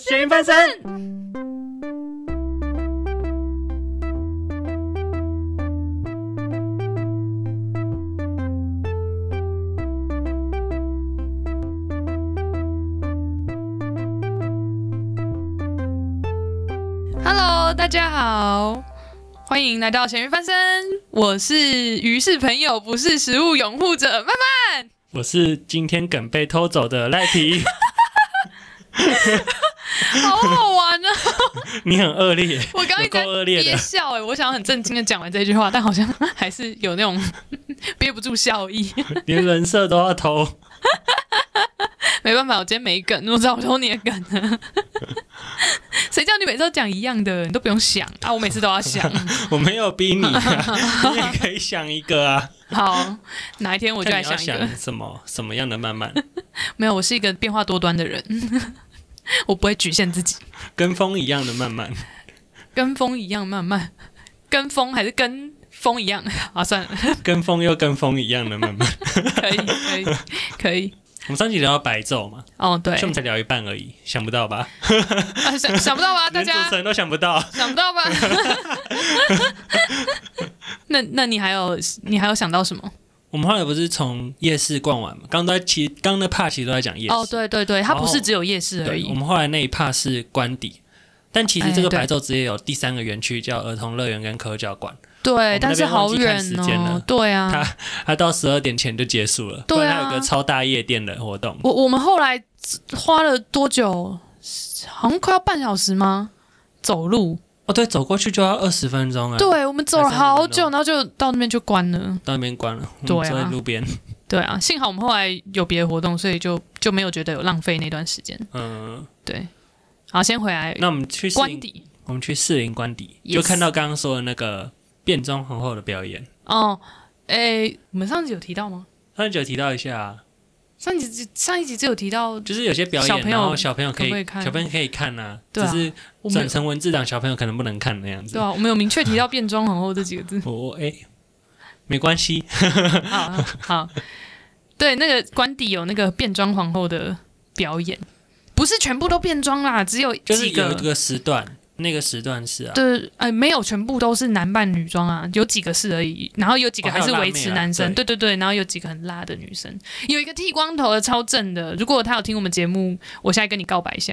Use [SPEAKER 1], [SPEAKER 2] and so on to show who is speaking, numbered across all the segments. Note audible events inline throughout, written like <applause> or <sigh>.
[SPEAKER 1] 咸鱼翻身。
[SPEAKER 2] Hello，大家好，欢迎来到咸鱼翻身，我是鱼是朋友，不是食物拥护者，慢慢。
[SPEAKER 1] 我是今天梗被偷走的赖皮， <laughs>
[SPEAKER 2] 好好
[SPEAKER 1] <laughs>
[SPEAKER 2] 玩啊！
[SPEAKER 1] 你很恶劣，
[SPEAKER 2] 我刚刚一
[SPEAKER 1] 有
[SPEAKER 2] 直在
[SPEAKER 1] 够恶劣
[SPEAKER 2] 憋
[SPEAKER 1] 的。
[SPEAKER 2] 笑哎、我想很震惊的讲完这句话，但好像还是有那种憋不住笑意。 <laughs>
[SPEAKER 1] 连人设都要偷。
[SPEAKER 2] 没办法，我今天没梗，我只好偷你的梗了。 <laughs> 谁叫你每次都讲一样的，你都不用想啊！我每次都要想。
[SPEAKER 1] <laughs> 我没有逼你、
[SPEAKER 2] <laughs>
[SPEAKER 1] 啊，你也可以想一个啊。
[SPEAKER 2] 好，哪一天我
[SPEAKER 1] 我
[SPEAKER 2] 就来
[SPEAKER 1] 想
[SPEAKER 2] 想一个。
[SPEAKER 1] 想什么什么样的慢慢
[SPEAKER 2] 没有，我是一个变化多端的人， <laughs> 我不会局限自己。
[SPEAKER 1] 跟风一样的慢慢，
[SPEAKER 2] 跟风一样慢慢，跟风还是跟风一样 <laughs> 啊？算了，
[SPEAKER 1] 跟风又跟风一样的慢慢。
[SPEAKER 2] <laughs> 可以，可
[SPEAKER 1] <laughs>
[SPEAKER 2] 以，可以。
[SPEAKER 1] 我们上集聊到白昼嘛，
[SPEAKER 2] 哦，对
[SPEAKER 1] 所以我，们才聊一半而已，想不到吧？
[SPEAKER 2] 啊、想想不到
[SPEAKER 1] <laughs>
[SPEAKER 2] 吧？大
[SPEAKER 1] 连主
[SPEAKER 2] 家
[SPEAKER 1] 持人都想不到。
[SPEAKER 2] 想不到吧？ <laughs> 那那你还有你还有想到什么？
[SPEAKER 1] 我们后来不是从夜市逛完嘛？刚刚都在其刚刚的 part 其实都在讲夜市。
[SPEAKER 2] 哦，对对对，它不是只有夜市而
[SPEAKER 1] 对，我
[SPEAKER 2] 已。
[SPEAKER 1] 们后来那一帕是官邸，但其实这个
[SPEAKER 2] 哎对
[SPEAKER 1] 白昼之夜有第三个园区叫儿童乐园跟科教馆，
[SPEAKER 2] 对，
[SPEAKER 1] 我们那边
[SPEAKER 2] 但是好
[SPEAKER 1] 忘记看
[SPEAKER 2] 远
[SPEAKER 1] 时间了
[SPEAKER 2] 哦。对啊，
[SPEAKER 1] 它它到十二点前就结束了，不
[SPEAKER 2] 对啊
[SPEAKER 1] 然它有个超大夜店的活动，
[SPEAKER 2] 我我们后来花了多久？好像快要半小时吗？走路？
[SPEAKER 1] 哦，对，走过去就要二十分钟啊，，
[SPEAKER 2] 对，我们走了
[SPEAKER 1] 还是哦要
[SPEAKER 2] 好
[SPEAKER 1] 运
[SPEAKER 2] 久，然后就到那边就关了。
[SPEAKER 1] 到那边关了，我们
[SPEAKER 2] 对啊
[SPEAKER 1] 坐在路边，
[SPEAKER 2] 对啊，幸好我们后来有别的活动，所以就就没有觉得有浪费那段时间。
[SPEAKER 1] 嗯，
[SPEAKER 2] 对，好，先回来
[SPEAKER 1] 那我们去士
[SPEAKER 2] 官
[SPEAKER 1] 林，
[SPEAKER 2] 邸
[SPEAKER 1] 我们去士林官邸
[SPEAKER 2] Yes
[SPEAKER 1] 就看到刚刚说的那个变装皇后的表演，
[SPEAKER 2] 哦。诶，我们上集有提到吗？
[SPEAKER 1] 上一集有提到一下，啊
[SPEAKER 2] 上一集只上一集只有提到
[SPEAKER 1] 就是有些表
[SPEAKER 2] 小
[SPEAKER 1] 演，
[SPEAKER 2] 朋友
[SPEAKER 1] 然后小朋友可以
[SPEAKER 2] 可不可以看
[SPEAKER 1] 小朋友可以看啊，
[SPEAKER 2] 对啊
[SPEAKER 1] 只
[SPEAKER 2] 我
[SPEAKER 1] 是转
[SPEAKER 2] 们有
[SPEAKER 1] 成文字档小朋友可能不能看那样子。
[SPEAKER 2] 对，啊，我们有明确提到变装皇后这几个字
[SPEAKER 1] <laughs> 我我哎、没关系，
[SPEAKER 2] 好好好，对，那个官邸有那个变装皇后的表演，不是全部都变装啦，只有
[SPEAKER 1] 就是
[SPEAKER 2] 几
[SPEAKER 1] 有
[SPEAKER 2] 个。
[SPEAKER 1] 一个时段，那个时段是啊，
[SPEAKER 2] 对，哎，没有全部都是男扮女装啊，有几个是而已，然后有几个
[SPEAKER 1] 哦还
[SPEAKER 2] 还
[SPEAKER 1] 有
[SPEAKER 2] 是
[SPEAKER 1] 辣妹
[SPEAKER 2] 维持
[SPEAKER 1] 啊
[SPEAKER 2] 男生，
[SPEAKER 1] 对
[SPEAKER 2] 对对对，然后有几个很辣的女生，有一个剃光头的超正的，如果他有听我们节目，我现在跟你告白一下，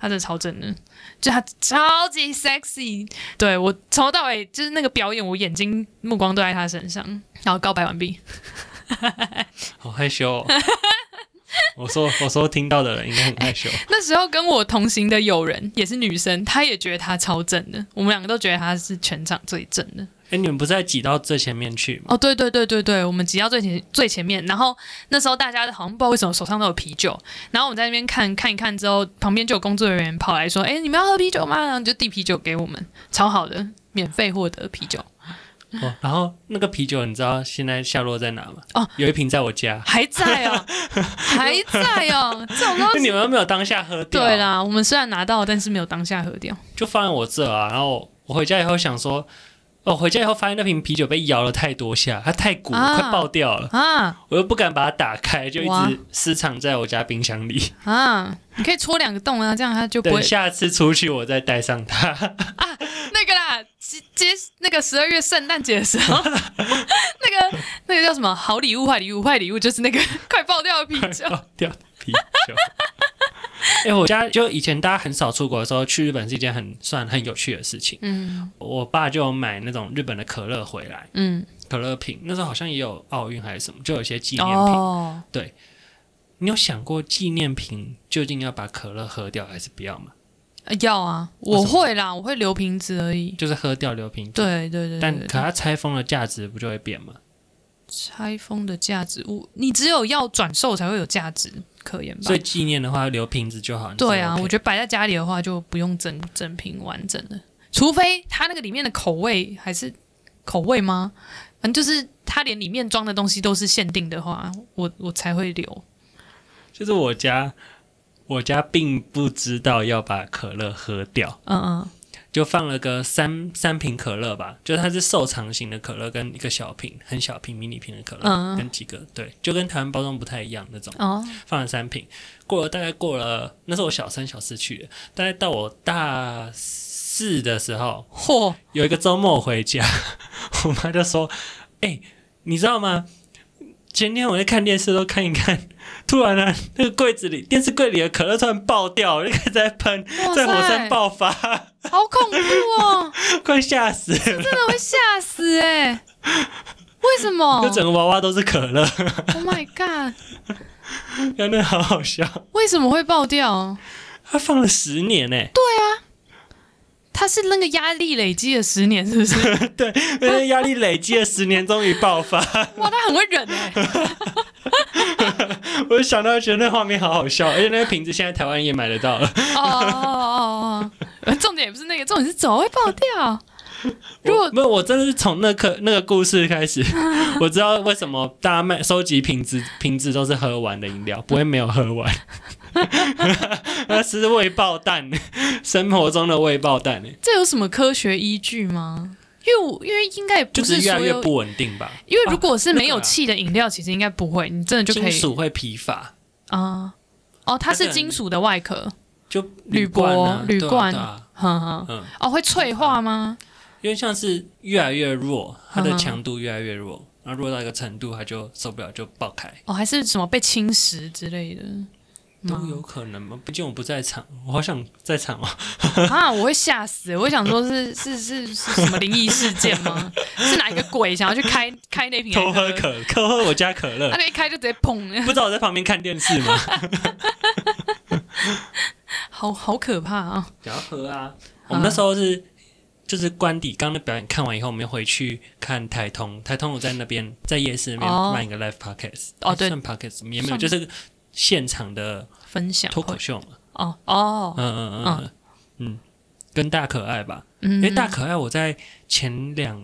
[SPEAKER 2] 他真的超正的，就他超级 sexy，对我从头到尾就是那个表演，我眼睛目光都在他身上，然后告白完毕， <laughs>
[SPEAKER 1] 好害羞、哦。 <laughs> 我说我说听到的人应该很害 <laughs> 羞，
[SPEAKER 2] 那时候跟我同行的友人也是女生，她也觉得他超正的，我们两个都觉得他是全场最正的。
[SPEAKER 1] 哎、你们不是在挤到最前面去吗？
[SPEAKER 2] 哦，对对对对对，我们挤到最前最前面，然后那时候大家好像不知道为什么手上都有啤酒，然后我们在那边看看一看之后，旁边就有工作人员跑来说：“哎，你们要喝啤酒吗？”然后就递啤酒给我们，超好的，免费获得啤
[SPEAKER 1] <laughs>
[SPEAKER 2] 酒，
[SPEAKER 1] 哦，然后那个啤酒你知道现在下落在哪吗？
[SPEAKER 2] 哦，
[SPEAKER 1] 有一瓶在我家。
[SPEAKER 2] 还在哦， <laughs> 还在哦，这种东
[SPEAKER 1] 那 <laughs> 你
[SPEAKER 2] 西。
[SPEAKER 1] 们又没有当下喝掉，
[SPEAKER 2] 对，啦，我们虽然拿到，但是没有当下喝掉。
[SPEAKER 1] 就放在我这啊。然后我回家以后想说，哦，回家以后发现那瓶啤酒被摇了太多下，它太鼓，
[SPEAKER 2] 啊
[SPEAKER 1] 快爆掉了，
[SPEAKER 2] 啊
[SPEAKER 1] 我又不敢把它打开，就一
[SPEAKER 2] 哇
[SPEAKER 1] 直私藏在我家冰箱里。
[SPEAKER 2] 啊！你可以戳两个洞啊，这样它就不
[SPEAKER 1] 等
[SPEAKER 2] 会
[SPEAKER 1] 下次出去我再带上它。
[SPEAKER 2] 那个啦，接接那个十二月圣诞节的时候， <laughs> 那个那个叫什么？好礼物、坏礼物、坏礼物，就是那个 <laughs> 快爆掉的啤
[SPEAKER 1] <laughs>
[SPEAKER 2] 酒。
[SPEAKER 1] 爆哦掉的啤酒。 <laughs> 哎、我家就以前大家很少出国的时候，去日本是一件很算很有趣的事情。
[SPEAKER 2] 嗯
[SPEAKER 1] 我爸就有买那种日本的可乐回来，
[SPEAKER 2] 嗯，
[SPEAKER 1] 可乐瓶，那时候好像也有奥运还是什么，就有一些纪念品。
[SPEAKER 2] 哦，
[SPEAKER 1] 你有想过纪念品究竟要把可乐喝掉还是不要吗？
[SPEAKER 2] 呃要啊，
[SPEAKER 1] 为什
[SPEAKER 2] 我
[SPEAKER 1] 么
[SPEAKER 2] 会啦，我会留瓶子而已。
[SPEAKER 1] 就是喝掉留瓶。
[SPEAKER 2] 对对对对
[SPEAKER 1] 但
[SPEAKER 2] 对，
[SPEAKER 1] 可它拆封的价值不就会变吗？
[SPEAKER 2] 拆封的价值物，你只有要转售才会有价值可言吧
[SPEAKER 1] 所以？纪念的话留瓶子就好。
[SPEAKER 2] 对啊，我
[SPEAKER 1] 觉
[SPEAKER 2] 觉得摆在家里的话就不用整整瓶完整的，除非它那个里面的口味还是口味吗？反正就是它连里面装的东西都是限定的话，我我才会留。
[SPEAKER 1] 得就是我家，我家并不知道要把可乐喝掉。
[SPEAKER 2] 嗯嗯，
[SPEAKER 1] 就放了个三三瓶可乐吧，就是它是瘦长型的可乐，跟一个小瓶很小瓶迷你瓶的可乐，
[SPEAKER 2] 嗯
[SPEAKER 1] 跟几个对，就跟台湾包装不太一样那种，
[SPEAKER 2] 哦，
[SPEAKER 1] 放了三瓶。过了大概过了，那时候我小三小四去的，大概到我大四的时候，
[SPEAKER 2] 嚯，
[SPEAKER 1] 有一个周末回家， <laughs> 我妈就说：“哎、你知道吗？前天我在看电视，都看一看，突然呢、啊，那个柜子里电视柜里的可乐突然爆掉，我就开始在喷，
[SPEAKER 2] 哇
[SPEAKER 1] 在火
[SPEAKER 2] 塞
[SPEAKER 1] 山，爆发， <laughs>
[SPEAKER 2] 好恐怖哦，
[SPEAKER 1] 快吓死了！
[SPEAKER 2] 真的会吓死哎、为什么
[SPEAKER 1] 就整个娃娃都是可乐， <laughs>
[SPEAKER 2] ？Oh my god！
[SPEAKER 1] 真的好好笑。
[SPEAKER 2] 为什么会爆掉？
[SPEAKER 1] 他放了十年呢、欸
[SPEAKER 2] 它是那个压力累积了十年，是不是？
[SPEAKER 1] 对，因为压力累积了十年，终于爆发。 <laughs>
[SPEAKER 2] 哇，它很会忍哎、
[SPEAKER 1] 我就想到觉得那画面好好笑，而且那个瓶子现在台湾也买得到了。
[SPEAKER 2] 哦哦哦哦，重点也不是那个，重点是怎么会爆掉？ <laughs> 如果
[SPEAKER 1] 我没有，我真的是从那刻那个故事
[SPEAKER 2] <laughs>
[SPEAKER 1] 开始，我知道为什么大家卖收集瓶子，瓶子都是喝完的饮料，不会没有喝
[SPEAKER 2] <laughs>
[SPEAKER 1] 完。那是未爆弹，生活中的未爆欸弹，
[SPEAKER 2] 这有什么科学依据吗？因为我因为应该也
[SPEAKER 1] 就
[SPEAKER 2] 不
[SPEAKER 1] 是
[SPEAKER 2] 所
[SPEAKER 1] 越来越
[SPEAKER 2] 有，
[SPEAKER 1] 不稳定吧。
[SPEAKER 2] 因为如果是没有
[SPEAKER 1] 啊那个啊
[SPEAKER 2] 气的饮料，其实应该不会，你真的就可
[SPEAKER 1] 金
[SPEAKER 2] 以
[SPEAKER 1] 属会疲乏，
[SPEAKER 2] 啊、哦，它
[SPEAKER 1] 那
[SPEAKER 2] 是
[SPEAKER 1] 个
[SPEAKER 2] 金属的外壳，
[SPEAKER 1] 就
[SPEAKER 2] 铝
[SPEAKER 1] 罐啊
[SPEAKER 2] 箔、铝
[SPEAKER 1] 对啊
[SPEAKER 2] 罐
[SPEAKER 1] 对啊
[SPEAKER 2] 哼哼，
[SPEAKER 1] 嗯，
[SPEAKER 2] 哦，会脆化吗？
[SPEAKER 1] 因为像是越来越弱，它
[SPEAKER 2] 嗯
[SPEAKER 1] 的
[SPEAKER 2] 哼
[SPEAKER 1] 强度越来越弱，然后弱到一个程度，它就受不了就爆开。
[SPEAKER 2] 哦，还是什么被侵蚀之类的
[SPEAKER 1] 都有
[SPEAKER 2] 吗？
[SPEAKER 1] 可能吗？毕竟我不在场，我好想在
[SPEAKER 2] <laughs>
[SPEAKER 1] 场哦。
[SPEAKER 2] 啊，我会吓死！我会想说是，是是是什么灵异事件吗？是哪一个鬼想要去开开那瓶来
[SPEAKER 1] 偷喝可，偷喝我家可
[SPEAKER 2] <laughs>
[SPEAKER 1] 乐
[SPEAKER 2] 他。那一开就直接砰，
[SPEAKER 1] 不知道我在旁边看电视 <laughs> 吗？
[SPEAKER 2] 好好可怕啊！
[SPEAKER 1] 不要喝啊！我
[SPEAKER 2] 嗯
[SPEAKER 1] 们那时候是就是官邸刚的表演看完以后，我们又回去看台通，台通我在那边在夜市那
[SPEAKER 2] 哦
[SPEAKER 1] 边卖一个 live podcast，哎
[SPEAKER 2] 哦对
[SPEAKER 1] 算 podcast 也没有，
[SPEAKER 2] 算
[SPEAKER 1] 就是现场的
[SPEAKER 2] 分享
[SPEAKER 1] 脱口
[SPEAKER 2] 会
[SPEAKER 1] 秀嘛，
[SPEAKER 2] 哦哦，
[SPEAKER 1] 嗯嗯嗯嗯嗯，跟大可爱吧，因
[SPEAKER 2] 嗯
[SPEAKER 1] 为大可爱我在前两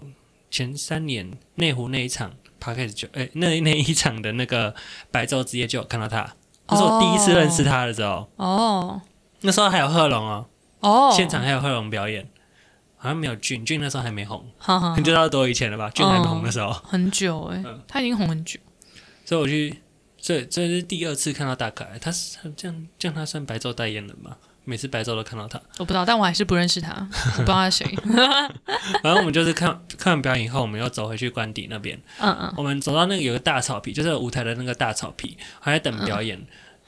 [SPEAKER 1] 前三年内湖那一场 podcast 就哎、那那一场的那个白昼之夜就有看到他，那是我第一次认识他的时候，
[SPEAKER 2] 哦
[SPEAKER 1] 那时候还有贺龙哦。
[SPEAKER 2] 哦，
[SPEAKER 1] 现场还有贺龙表演，好像没有俊，俊那时候还没红，
[SPEAKER 2] 哈哈
[SPEAKER 1] <laughs> 你知道多以前了吧？俊还没红的时候，
[SPEAKER 2] 很久哎、
[SPEAKER 1] 嗯
[SPEAKER 2] 他已经红很久
[SPEAKER 1] 所以我去，这这是第二次看到大可爱，他是这样这样他算白昼代言人吗？每次白昼都看到他，
[SPEAKER 2] 我不知道，但我还是不认识他，
[SPEAKER 1] <laughs>
[SPEAKER 2] 我不知道他是谁。
[SPEAKER 1] 反正我们就是看看完表演以后，我们又走回去官邸那边，
[SPEAKER 2] 嗯嗯，
[SPEAKER 1] 我们走到那个有个大草皮，就是舞台的那个大草皮，还在等表演，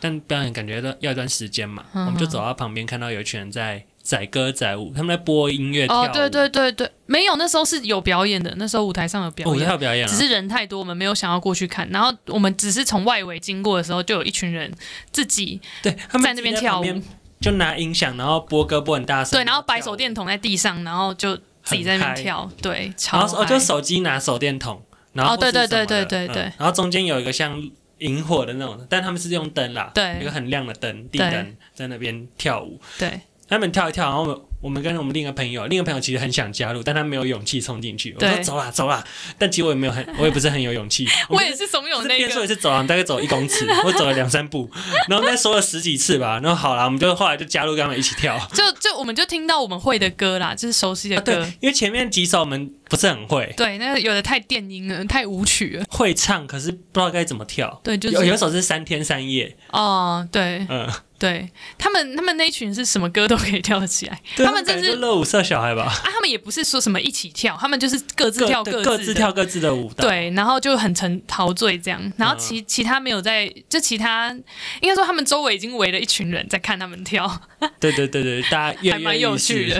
[SPEAKER 1] 但表演感觉到要一段时间嘛，
[SPEAKER 2] 嗯
[SPEAKER 1] 我们就走到旁边，看到有一群人在载歌载舞，他们在播音乐跳舞，
[SPEAKER 2] 哦，对对对对，没有，那时候是有表演的，那时候舞台上有表
[SPEAKER 1] 哦，舞台
[SPEAKER 2] 演。
[SPEAKER 1] 有表演啊
[SPEAKER 2] 只，是人太多，我们没有想要过去看。然后我们只是从外围经过的时候，就有一群人自己
[SPEAKER 1] 对，他们
[SPEAKER 2] 在那边
[SPEAKER 1] 自己旁
[SPEAKER 2] 跳舞，
[SPEAKER 1] 就拿音响，然后播歌播很大声，
[SPEAKER 2] 对，然后摆手
[SPEAKER 1] 跳舞，
[SPEAKER 2] 电筒在地上，然后就自己在那边
[SPEAKER 1] 很嗨
[SPEAKER 2] 跳，对，超
[SPEAKER 1] 然后哦，
[SPEAKER 2] 嗨
[SPEAKER 1] 就手机拿手电筒，然后
[SPEAKER 2] 哦对对
[SPEAKER 1] 或是什么的
[SPEAKER 2] 对对对对
[SPEAKER 1] 嗯然后中间有一个像萤火的那种，但他们是用灯啦，
[SPEAKER 2] 对
[SPEAKER 1] 一个很亮的灯，地
[SPEAKER 2] 对
[SPEAKER 1] 灯在那边跳舞，
[SPEAKER 2] 对，
[SPEAKER 1] 他们跳一跳，然后我们我们跟我们另一个朋友，另一个朋友其实很想加入，但他没有勇气冲进去，我
[SPEAKER 2] 对
[SPEAKER 1] 说走啦走啦，但其实我也没有很，我也不是很有勇
[SPEAKER 2] <laughs>
[SPEAKER 1] 气，
[SPEAKER 2] 我
[SPEAKER 1] 们
[SPEAKER 2] 也是怂恿
[SPEAKER 1] 是
[SPEAKER 2] 那
[SPEAKER 1] 边说也
[SPEAKER 2] 个，
[SPEAKER 1] 是走廊，大概走一
[SPEAKER 2] <laughs>
[SPEAKER 1] 公尺，我走了两三步，然后再说了十几次吧，然后好啦，我们就后来就加入跟他们一起跳。
[SPEAKER 2] 就就我们就听到我们会的歌啦，就是熟悉的
[SPEAKER 1] 啊，对
[SPEAKER 2] 歌，，
[SPEAKER 1] 因为前面几首我们不是很会，
[SPEAKER 2] 对，那个有的太电音了，太舞曲了，
[SPEAKER 1] 会唱，可是不知道该怎么跳。
[SPEAKER 2] 对，就
[SPEAKER 1] 有有一
[SPEAKER 2] 是
[SPEAKER 1] 首是三天三夜，
[SPEAKER 2] 哦，对
[SPEAKER 1] 嗯，
[SPEAKER 2] 对，他们他们那一群是什么歌都可以跳得起来啊，
[SPEAKER 1] 对
[SPEAKER 2] 他们真
[SPEAKER 1] 感
[SPEAKER 2] 是啊
[SPEAKER 1] 觉就乐舞社小孩吧，
[SPEAKER 2] 他们也不是说什么一起跳，他们就是各自跳
[SPEAKER 1] 对
[SPEAKER 2] 各
[SPEAKER 1] 各
[SPEAKER 2] 自
[SPEAKER 1] 自
[SPEAKER 2] 的
[SPEAKER 1] 跳各自的舞蹈。，
[SPEAKER 2] 对，然后就很沉陶醉这样，然后其、其他没有在，就其他应该说他们周围已经围了一群人在看他们跳，
[SPEAKER 1] 对对对对，大家跃
[SPEAKER 2] <laughs> 还蛮
[SPEAKER 1] 跃
[SPEAKER 2] 有
[SPEAKER 1] 欲
[SPEAKER 2] 趣
[SPEAKER 1] 试。
[SPEAKER 2] 的。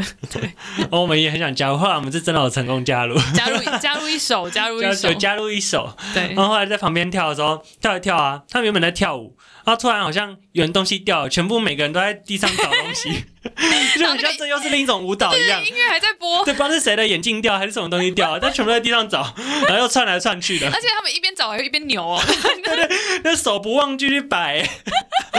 [SPEAKER 1] 然哦后我们也很想加入，后来我们是真的有成功加入，
[SPEAKER 2] 加入加入一首，加入
[SPEAKER 1] 加
[SPEAKER 2] 一
[SPEAKER 1] 有
[SPEAKER 2] 首，
[SPEAKER 1] <laughs>
[SPEAKER 2] 嗯
[SPEAKER 1] 加入一首。
[SPEAKER 2] 对
[SPEAKER 1] 然，后后来在旁边跳的时候，跳一跳啊，他们原本在跳舞，然后突然好像有人东西掉了，全部每个人都在地上找东西，
[SPEAKER 2] <laughs>
[SPEAKER 1] 就很像这又是另一种舞蹈一样。
[SPEAKER 2] 音乐还在播，
[SPEAKER 1] 对，不知道是谁的眼镜掉还是什么东西掉，但全部在地上找，然后又窜来窜去的，
[SPEAKER 2] 而且他们一边找还一边扭
[SPEAKER 1] <laughs>
[SPEAKER 2] 哦，
[SPEAKER 1] 那手不忘继续摆。
[SPEAKER 2] <laughs>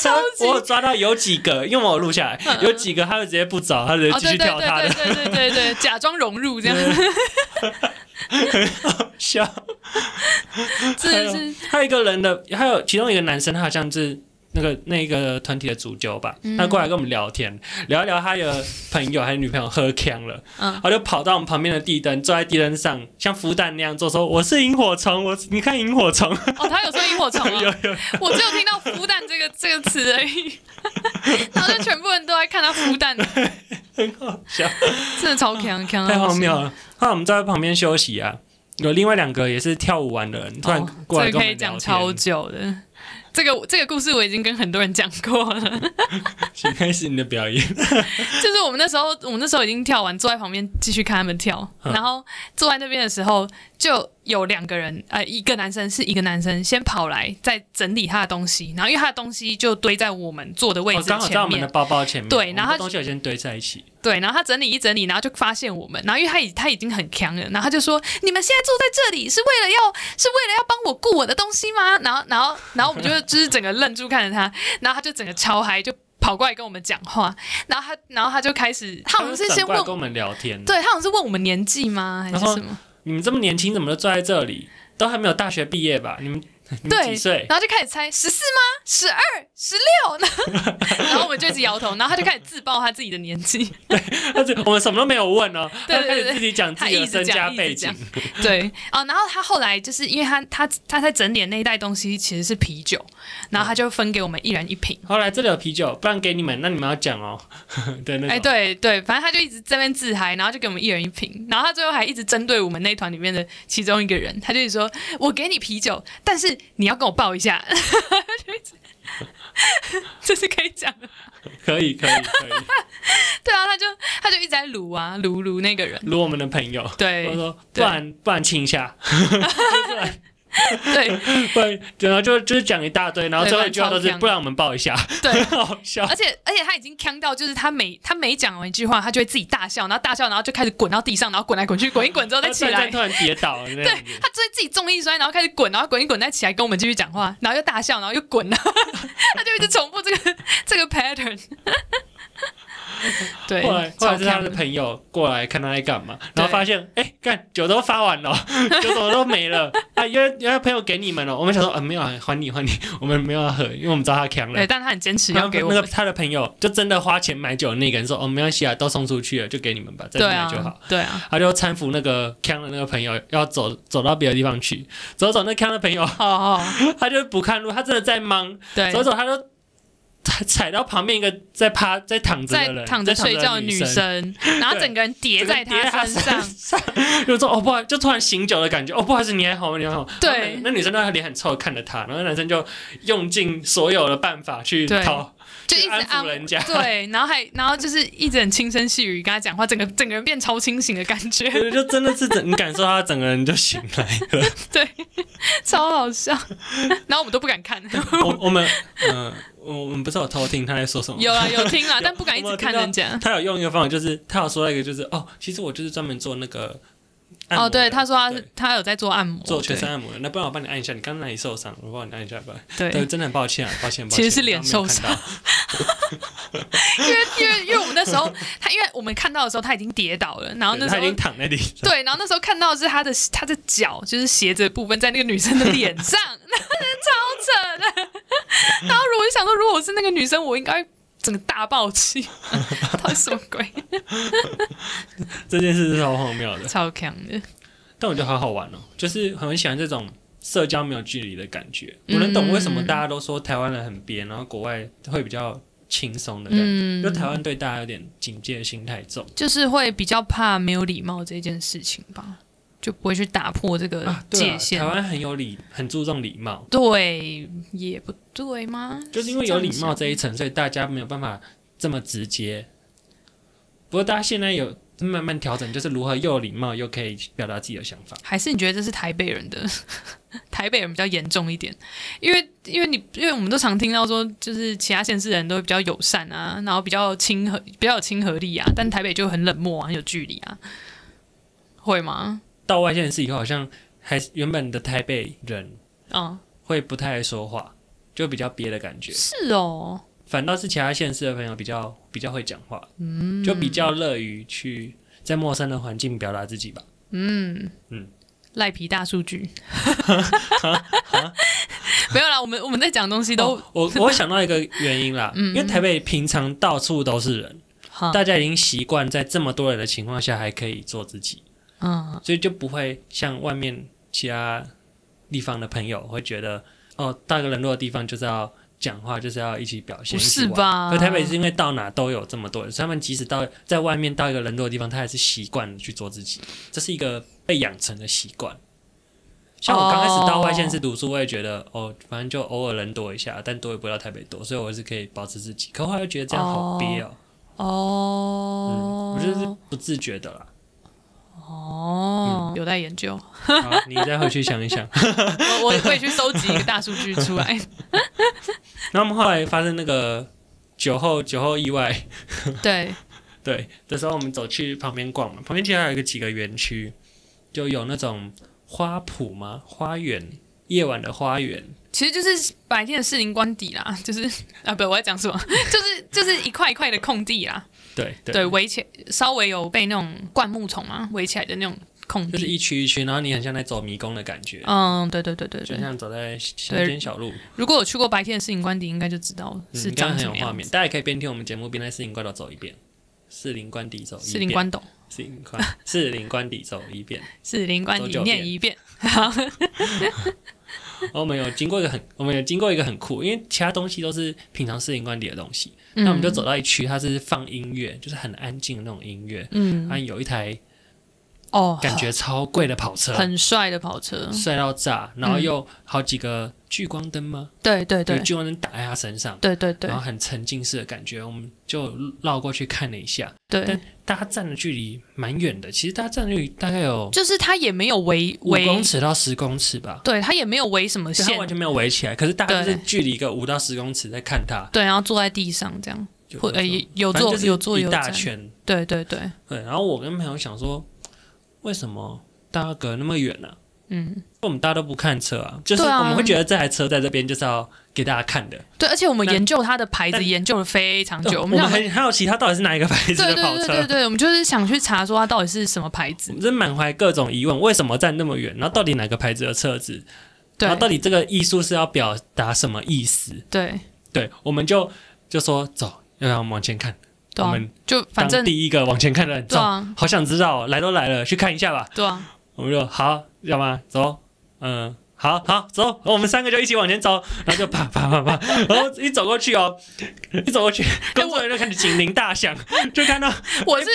[SPEAKER 1] 超
[SPEAKER 2] 级嗯
[SPEAKER 1] 我有抓到有几个，因为我有录下来，有几个他就直接不找，他就直接
[SPEAKER 2] 哦，
[SPEAKER 1] 继
[SPEAKER 2] 对
[SPEAKER 1] 续
[SPEAKER 2] 对
[SPEAKER 1] 跳他
[SPEAKER 2] 对
[SPEAKER 1] <laughs> 的，
[SPEAKER 2] 对对对对对，假装融入这样， <laughs>
[SPEAKER 1] 笑。
[SPEAKER 2] 真的是
[SPEAKER 1] 还有一个人的，还有其中一个男生，他好像是那个那个团体的主角吧，
[SPEAKER 2] 嗯
[SPEAKER 1] 他过来跟我们聊天，聊一聊他的朋友还有女朋友喝呛了，
[SPEAKER 2] 嗯
[SPEAKER 1] 他就跑到我们旁边的地灯，坐在地灯上，像孵蛋那样做，说我是萤火虫，我你看萤火虫，
[SPEAKER 2] 哦，他有说萤火虫
[SPEAKER 1] <laughs> 有
[SPEAKER 2] 啊，
[SPEAKER 1] 有，
[SPEAKER 2] 我只有听到“孵蛋”这个这个词而已， <laughs> 然后就全部人都在看他孵蛋，
[SPEAKER 1] 很好笑，
[SPEAKER 2] 真的超强强，
[SPEAKER 1] 太荒
[SPEAKER 2] 哦
[SPEAKER 1] 谬！了。后来我们在旁边休息啊，有另外两个也是跳舞玩的人突然
[SPEAKER 2] 哦
[SPEAKER 1] 过来
[SPEAKER 2] 这个
[SPEAKER 1] 跟我
[SPEAKER 2] 可以
[SPEAKER 1] 们
[SPEAKER 2] 讲
[SPEAKER 1] 聊
[SPEAKER 2] 超
[SPEAKER 1] 天，
[SPEAKER 2] 久的。这个这个故事我已经跟很多人讲过了，
[SPEAKER 1] 请开始你的表演。
[SPEAKER 2] <laughs> 就是我们那时候，我们那时候已经跳完，坐在旁边继续看他们跳。
[SPEAKER 1] 嗯
[SPEAKER 2] 然后坐在那边的时候，就有两个人，呃，一个男生是一个男生，先跑来在整理他的东西，然后因为他的东西就堆在我们坐的位
[SPEAKER 1] 我
[SPEAKER 2] 置
[SPEAKER 1] 哦刚好在我
[SPEAKER 2] 前
[SPEAKER 1] 们的
[SPEAKER 2] 面，
[SPEAKER 1] 包包前面，
[SPEAKER 2] 对
[SPEAKER 1] 我们
[SPEAKER 2] 然后
[SPEAKER 1] 的东西有先堆在一起，
[SPEAKER 2] 对，然后他整理一整理，然后就发现我们，然后因为他已他已经很强了，然后他就说：“你们现在坐在这里是为了要是为了要帮我顾我的东西吗？”然后然后然后我们就 <laughs> 就是整个愣住看着他，然后他就整个超嗨，就跑过来跟我们讲话，然后他然后他就开始，他好像是
[SPEAKER 1] 们
[SPEAKER 2] 先
[SPEAKER 1] 过来
[SPEAKER 2] 问
[SPEAKER 1] 跟我们聊天，
[SPEAKER 2] 对他好像是问我们年纪吗，还是
[SPEAKER 1] 嗯然后
[SPEAKER 2] 什么？
[SPEAKER 1] 你们这么年轻，怎么都坐在这里？都还没有大学毕业吧？你们你们
[SPEAKER 2] 对
[SPEAKER 1] 几岁，？
[SPEAKER 2] 然后就开始猜十四吗？十二、十六 <laughs> 呢？然后我们就一直摇头，然后他就开始自报他自己的年
[SPEAKER 1] <laughs>
[SPEAKER 2] 纪，
[SPEAKER 1] 他就我们什么都没有问哦，
[SPEAKER 2] <laughs> 对
[SPEAKER 1] 他就开
[SPEAKER 2] 对
[SPEAKER 1] 始自己讲自
[SPEAKER 2] 他
[SPEAKER 1] 己
[SPEAKER 2] 一
[SPEAKER 1] 的
[SPEAKER 2] 直
[SPEAKER 1] 身家
[SPEAKER 2] 讲，一直
[SPEAKER 1] 背景
[SPEAKER 2] 讲，，对哦。然后他后来就是因为他他他在整理那一袋东西其实是啤酒，然后他就分给我们一人一瓶。
[SPEAKER 1] 后来这里有啤酒，不然给你们，那你们要讲哦。 <laughs> 对，那种
[SPEAKER 2] 哎，对对，反正他就一直这边自嗨，然后就给我们一人一瓶，然后他最后还一直针对我们那团里面的其中一个人，他就一直说：“我给你啤酒，但是你要跟我抱一下。” <laughs> 就一直这是 <laughs> 可以讲的，
[SPEAKER 1] 可以可以可以，
[SPEAKER 2] <laughs> 对啊，他就他就一直在撸啊撸撸那个人，
[SPEAKER 1] 如我们的朋友，我
[SPEAKER 2] 对
[SPEAKER 1] 说不
[SPEAKER 2] 对
[SPEAKER 1] 然不然亲一下， <laughs>
[SPEAKER 2] 对
[SPEAKER 1] 不然然后就就是讲一大堆，然后
[SPEAKER 2] 对
[SPEAKER 1] 最后一句话都
[SPEAKER 2] 不然超
[SPEAKER 1] 是
[SPEAKER 2] 香
[SPEAKER 1] 不然我们抱一下，
[SPEAKER 2] 对，
[SPEAKER 1] <laughs>
[SPEAKER 2] 哎
[SPEAKER 1] 好笑
[SPEAKER 2] 而。且而且他已经呛到，就是他每他每讲完一句话，他就会自己大笑，然后大笑，然后就开始滚到地上，然后滚来滚去，滚一滚之后再
[SPEAKER 1] <laughs>
[SPEAKER 2] 起
[SPEAKER 1] 突然
[SPEAKER 2] 来
[SPEAKER 1] 突。然跌倒那样子，
[SPEAKER 2] 他就会自己重力摔，然后开始滚，然后滚一滚再起来跟我们继续讲话，然后又大笑，然后又滚， <laughs> 然后他就一直重复这个这个 pattern。对
[SPEAKER 1] 后来，后
[SPEAKER 2] 超
[SPEAKER 1] 来是他
[SPEAKER 2] 强
[SPEAKER 1] 的
[SPEAKER 2] 的。
[SPEAKER 1] 朋友过来看他在干嘛，然
[SPEAKER 2] 对
[SPEAKER 1] 后发现哎，干、酒都发完了， <laughs> 酒怎么都没了啊！原来原来朋友给你们了，我们想说啊、没有啊，还你还你，我们没有要喝，因为我们知道他强
[SPEAKER 2] 对，
[SPEAKER 1] 了。
[SPEAKER 2] 但他很坚持
[SPEAKER 1] 然
[SPEAKER 2] 要
[SPEAKER 1] 后
[SPEAKER 2] 给我
[SPEAKER 1] 那个
[SPEAKER 2] 们。
[SPEAKER 1] 他的朋友就真的花钱买酒的那个人说哦没关系啊，都送出去了，就给你们吧，再
[SPEAKER 2] 对
[SPEAKER 1] 去买
[SPEAKER 2] 啊
[SPEAKER 1] 就好。，
[SPEAKER 2] 对啊，
[SPEAKER 1] 他就搀扶那个强的那个朋友要走走到别的地方去，走走那强的朋友
[SPEAKER 2] 哦哦，
[SPEAKER 1] <laughs> 他就不看路，他真的在忙，
[SPEAKER 2] 对
[SPEAKER 1] 走，走他就踩踩到旁边一个在趴在躺着的
[SPEAKER 2] 在
[SPEAKER 1] 人，
[SPEAKER 2] 躺着睡觉的
[SPEAKER 1] 的
[SPEAKER 2] 女
[SPEAKER 1] 女生。
[SPEAKER 2] 生，然后整个人叠在
[SPEAKER 1] 整个
[SPEAKER 2] 他
[SPEAKER 1] 叠他
[SPEAKER 2] 身上，
[SPEAKER 1] <laughs> 就说哦不好意思，就突然醒酒的感觉，哦不好意思，你还好吗？你还好吗？
[SPEAKER 2] 对
[SPEAKER 1] 然后那那女生那脸很臭，看着他，然后男生就用尽所有的办法去
[SPEAKER 2] 对 <laughs>
[SPEAKER 1] 讨，
[SPEAKER 2] 就一
[SPEAKER 1] 去
[SPEAKER 2] 直
[SPEAKER 1] 安
[SPEAKER 2] 安
[SPEAKER 1] 抚人家。
[SPEAKER 2] <laughs> 对，然后还然后就是一直很轻声细语跟他讲话，整个整个人变超清醒的感觉，
[SPEAKER 1] 对，就真的是整，你感受他整个人就醒来了。
[SPEAKER 2] <laughs> 超好笑。然后我们都不敢看，
[SPEAKER 1] 我我们嗯、呃我我们不是有偷听他在说什么吗？
[SPEAKER 2] 有啊有听啊，但不敢一
[SPEAKER 1] 我
[SPEAKER 2] 直
[SPEAKER 1] 有
[SPEAKER 2] 看
[SPEAKER 1] 听到
[SPEAKER 2] 人家。
[SPEAKER 1] 他有用一个方法，就是他有说到一个，就是哦，其实我就是专门做那个按摩
[SPEAKER 2] 哦，
[SPEAKER 1] 的
[SPEAKER 2] 对，他说他是
[SPEAKER 1] 对
[SPEAKER 2] 他有在做按摩，
[SPEAKER 1] 做全
[SPEAKER 2] 对
[SPEAKER 1] 身按摩的，那不然我帮你按一下，你刚刚哪里受伤？我帮你按一下吧。对，
[SPEAKER 2] 对，
[SPEAKER 1] 真的很抱歉啊，抱歉，抱
[SPEAKER 2] 其实
[SPEAKER 1] 歉
[SPEAKER 2] 是脸受伤。
[SPEAKER 1] 刚刚没有看到
[SPEAKER 2] 因为因为因为我们那时候他因为我们看到的时候他已经跌倒了，然后那
[SPEAKER 1] 对
[SPEAKER 2] 时
[SPEAKER 1] 他已
[SPEAKER 2] 候
[SPEAKER 1] 经。躺在地上。
[SPEAKER 2] 对，然后那时候看到的是他的他的脚，就是鞋子的部分在那个女生的脸上， <laughs> 那真的超扯的。然后如果我就想说，如果我是那个女生，我应该整个大爆气， <laughs> 到底什么鬼？
[SPEAKER 1] 这件事是超荒谬的，
[SPEAKER 2] 超强
[SPEAKER 1] <laughs>
[SPEAKER 2] 的，
[SPEAKER 1] 但我觉得好好玩哦，就是很喜欢这种社交没有距离的感觉。
[SPEAKER 2] 嗯
[SPEAKER 1] 我能懂为什么大家都说台湾人很憋，然后国外会比较轻松的感觉，
[SPEAKER 2] 嗯
[SPEAKER 1] 就，台湾对大家有点警戒心太重
[SPEAKER 2] 就是会比较怕没有礼貌这件事情吧，就不会去打破这个
[SPEAKER 1] 啊。
[SPEAKER 2] 嗯
[SPEAKER 1] 对
[SPEAKER 2] 界
[SPEAKER 1] 啊，
[SPEAKER 2] 限。
[SPEAKER 1] 台湾很有礼，很注重礼貌，
[SPEAKER 2] 对，也不对吗？
[SPEAKER 1] 就是因为有礼
[SPEAKER 2] 这
[SPEAKER 1] 貌
[SPEAKER 2] 样
[SPEAKER 1] 这一层，所以大家没有办法这么直接。不过大家现在有慢慢调整，就是如何又有礼貌又可以表达自己的想法。
[SPEAKER 2] 还是你觉得这是台北人的？ <laughs> 台北人比较严重一点，因为因为你因为我们都常听到说，就是其他县市的人都会比较友善啊，然后比较亲和，比较有亲和力啊，但台北就很冷漠啊，很有距离啊，会吗？
[SPEAKER 1] 到外县市以后，好像还是原本的台北人
[SPEAKER 2] 嗯，
[SPEAKER 1] 会不太爱说话，就比较憋的感觉。
[SPEAKER 2] 是哦，
[SPEAKER 1] 反倒是其他县市的朋友比较比较会讲话，嗯，就比较乐于去在陌生的环境表达自己吧。
[SPEAKER 2] 嗯
[SPEAKER 1] 嗯
[SPEAKER 2] 赖皮大数据， <laughs> 没有啦，我们我们在讲的东西都
[SPEAKER 1] 哦、我我想到一个原因
[SPEAKER 2] <laughs>
[SPEAKER 1] 啦，
[SPEAKER 2] 嗯
[SPEAKER 1] 因为台北平常到处都是人，
[SPEAKER 2] 好，
[SPEAKER 1] 大家已经习惯在这么多人的情况下还可以做自己，
[SPEAKER 2] 嗯，
[SPEAKER 1] 所以就不会像外面其他地方的朋友会觉得，哦，到一个人多的地方就是要讲话，就是要一起表现，
[SPEAKER 2] 不
[SPEAKER 1] 一起
[SPEAKER 2] 是
[SPEAKER 1] 玩？
[SPEAKER 2] 吧？
[SPEAKER 1] 可台北是因为到哪都有这么多人，所以他们即使到在外面到一个人多的地方，他还是习惯去做自己，这是一个被养成的习惯。像我刚开始到外县市读书，我也觉得哦，反正就偶尔人多一下，但多也不到台北多，所以我是可以保持自己。可后来又觉得这样好憋哦，
[SPEAKER 2] 哦，
[SPEAKER 1] 嗯我就是不自觉的啦。 <laughs> 嗯
[SPEAKER 2] 哦，有待研究，
[SPEAKER 1] 好，你再回去想一 <laughs> 想。
[SPEAKER 2] 我我会去收集一个大数据出
[SPEAKER 1] <laughs>
[SPEAKER 2] 来。
[SPEAKER 1] 然后我们后来发生那个酒后酒后意外，
[SPEAKER 2] 对，
[SPEAKER 1] 对，这时候我们走去旁边逛嘛，旁边其实还有一个几个园区，就有那种花圃嘛，花园，夜晚的花园，
[SPEAKER 2] 其实就是白天的士林官邸啦，就是啊，不，我在讲什么？ <laughs> 就是就是一块一块的空地啦，
[SPEAKER 1] 对对，
[SPEAKER 2] 对，围起稍微有被那种灌木丛嘛围起来的那种空
[SPEAKER 1] 就是
[SPEAKER 2] 地。
[SPEAKER 1] 一区一区，然后你很像在走迷宫的感觉，
[SPEAKER 2] 嗯，对对对对
[SPEAKER 1] 就
[SPEAKER 2] 对。
[SPEAKER 1] 像走在乡间小路，
[SPEAKER 2] 如果有去过白天的士林官邸，应该就知道
[SPEAKER 1] 嗯
[SPEAKER 2] 是
[SPEAKER 1] 你刚
[SPEAKER 2] 长
[SPEAKER 1] 刚很
[SPEAKER 2] 什
[SPEAKER 1] 有
[SPEAKER 2] 么
[SPEAKER 1] 画
[SPEAKER 2] 样
[SPEAKER 1] 面，
[SPEAKER 2] 子。
[SPEAKER 1] 大家也可以边听我们节目边在四林关岛走一遍，四林关底走一遍，
[SPEAKER 2] 士林关斗，
[SPEAKER 1] 四林关四林关底走一遍。
[SPEAKER 2] 士林官邸
[SPEAKER 1] 走九遍
[SPEAKER 2] 念一遍。
[SPEAKER 1] 然后我们有经过一个很，我们有经过一个很酷，因为其他东西都是平常四林关底的东西，那我们就
[SPEAKER 2] 嗯
[SPEAKER 1] 走到一区，它是放音乐，就是很安静的那种音乐，
[SPEAKER 2] 嗯，嗯
[SPEAKER 1] 啊，有一台
[SPEAKER 2] 哦，
[SPEAKER 1] 感觉超贵的跑车，
[SPEAKER 2] 很帅的跑车，
[SPEAKER 1] 帅到炸，然后又好几个聚光灯吗？
[SPEAKER 2] 对对
[SPEAKER 1] 有啊
[SPEAKER 2] 对
[SPEAKER 1] 聚光灯打在他身上，
[SPEAKER 2] 对对对
[SPEAKER 1] 然后很沉浸式的感觉。我们就绕过去看了一下，
[SPEAKER 2] 对
[SPEAKER 1] 但，大家站的距离蛮远的，其实大家站的距离大概有
[SPEAKER 2] 就是他也没有围
[SPEAKER 1] 五
[SPEAKER 2] 围，
[SPEAKER 1] 公尺到十公尺吧，
[SPEAKER 2] 对他也没有围什么
[SPEAKER 1] 就他
[SPEAKER 2] 线
[SPEAKER 1] 完，全没有围起来，可是大家就
[SPEAKER 2] 对
[SPEAKER 1] 是距离一个五到十公尺在看他，
[SPEAKER 2] 对，然后坐在地上这样，
[SPEAKER 1] 就
[SPEAKER 2] 或呃
[SPEAKER 1] 有
[SPEAKER 2] 有
[SPEAKER 1] 反正
[SPEAKER 2] 坐
[SPEAKER 1] 就是
[SPEAKER 2] 有坐
[SPEAKER 1] 一
[SPEAKER 2] 有
[SPEAKER 1] 大
[SPEAKER 2] 站，
[SPEAKER 1] 圈，
[SPEAKER 2] 对对对，
[SPEAKER 1] 对。然后我跟朋友想说，为什么大家隔那么远呢、啊
[SPEAKER 2] 嗯，
[SPEAKER 1] 我们大家都不看车啊，就是
[SPEAKER 2] 对啊
[SPEAKER 1] 我们会觉得这台车在这边就是要给大家看的。
[SPEAKER 2] 对，而且我们
[SPEAKER 1] 那
[SPEAKER 2] 研究它的牌子
[SPEAKER 1] 但
[SPEAKER 2] 研究了非常
[SPEAKER 1] <laughs>
[SPEAKER 2] 久，
[SPEAKER 1] 我
[SPEAKER 2] 们想
[SPEAKER 1] 们很好奇它到底是哪一个牌子
[SPEAKER 2] 对
[SPEAKER 1] 的
[SPEAKER 2] 对
[SPEAKER 1] 跑
[SPEAKER 2] 对对
[SPEAKER 1] 车，
[SPEAKER 2] 对，我们就是想去查说它到底是什么牌
[SPEAKER 1] 我
[SPEAKER 2] 子，
[SPEAKER 1] 们真满怀各种疑问，为什么站那么远？然后到底哪个牌子的车子？
[SPEAKER 2] 对
[SPEAKER 1] 然后到底这个艺术是要表达什么意思？
[SPEAKER 2] 对
[SPEAKER 1] 对，我们就就说走，要让我们往前看。
[SPEAKER 2] 对啊
[SPEAKER 1] 我们，
[SPEAKER 2] 就反
[SPEAKER 1] 当
[SPEAKER 2] 正
[SPEAKER 1] 第一个往前看的人，
[SPEAKER 2] 对
[SPEAKER 1] 走，
[SPEAKER 2] 啊
[SPEAKER 1] 好想知道，哦来都来了，去看一下吧。
[SPEAKER 2] 对啊，
[SPEAKER 1] 我们就好，要吗？走，嗯，好好走，我们三个就一起往前走，然后就啪啪啪啪，然后一走过去哦，一走过去，工作人员就开始警铃大响，就看到 <laughs>
[SPEAKER 2] 我是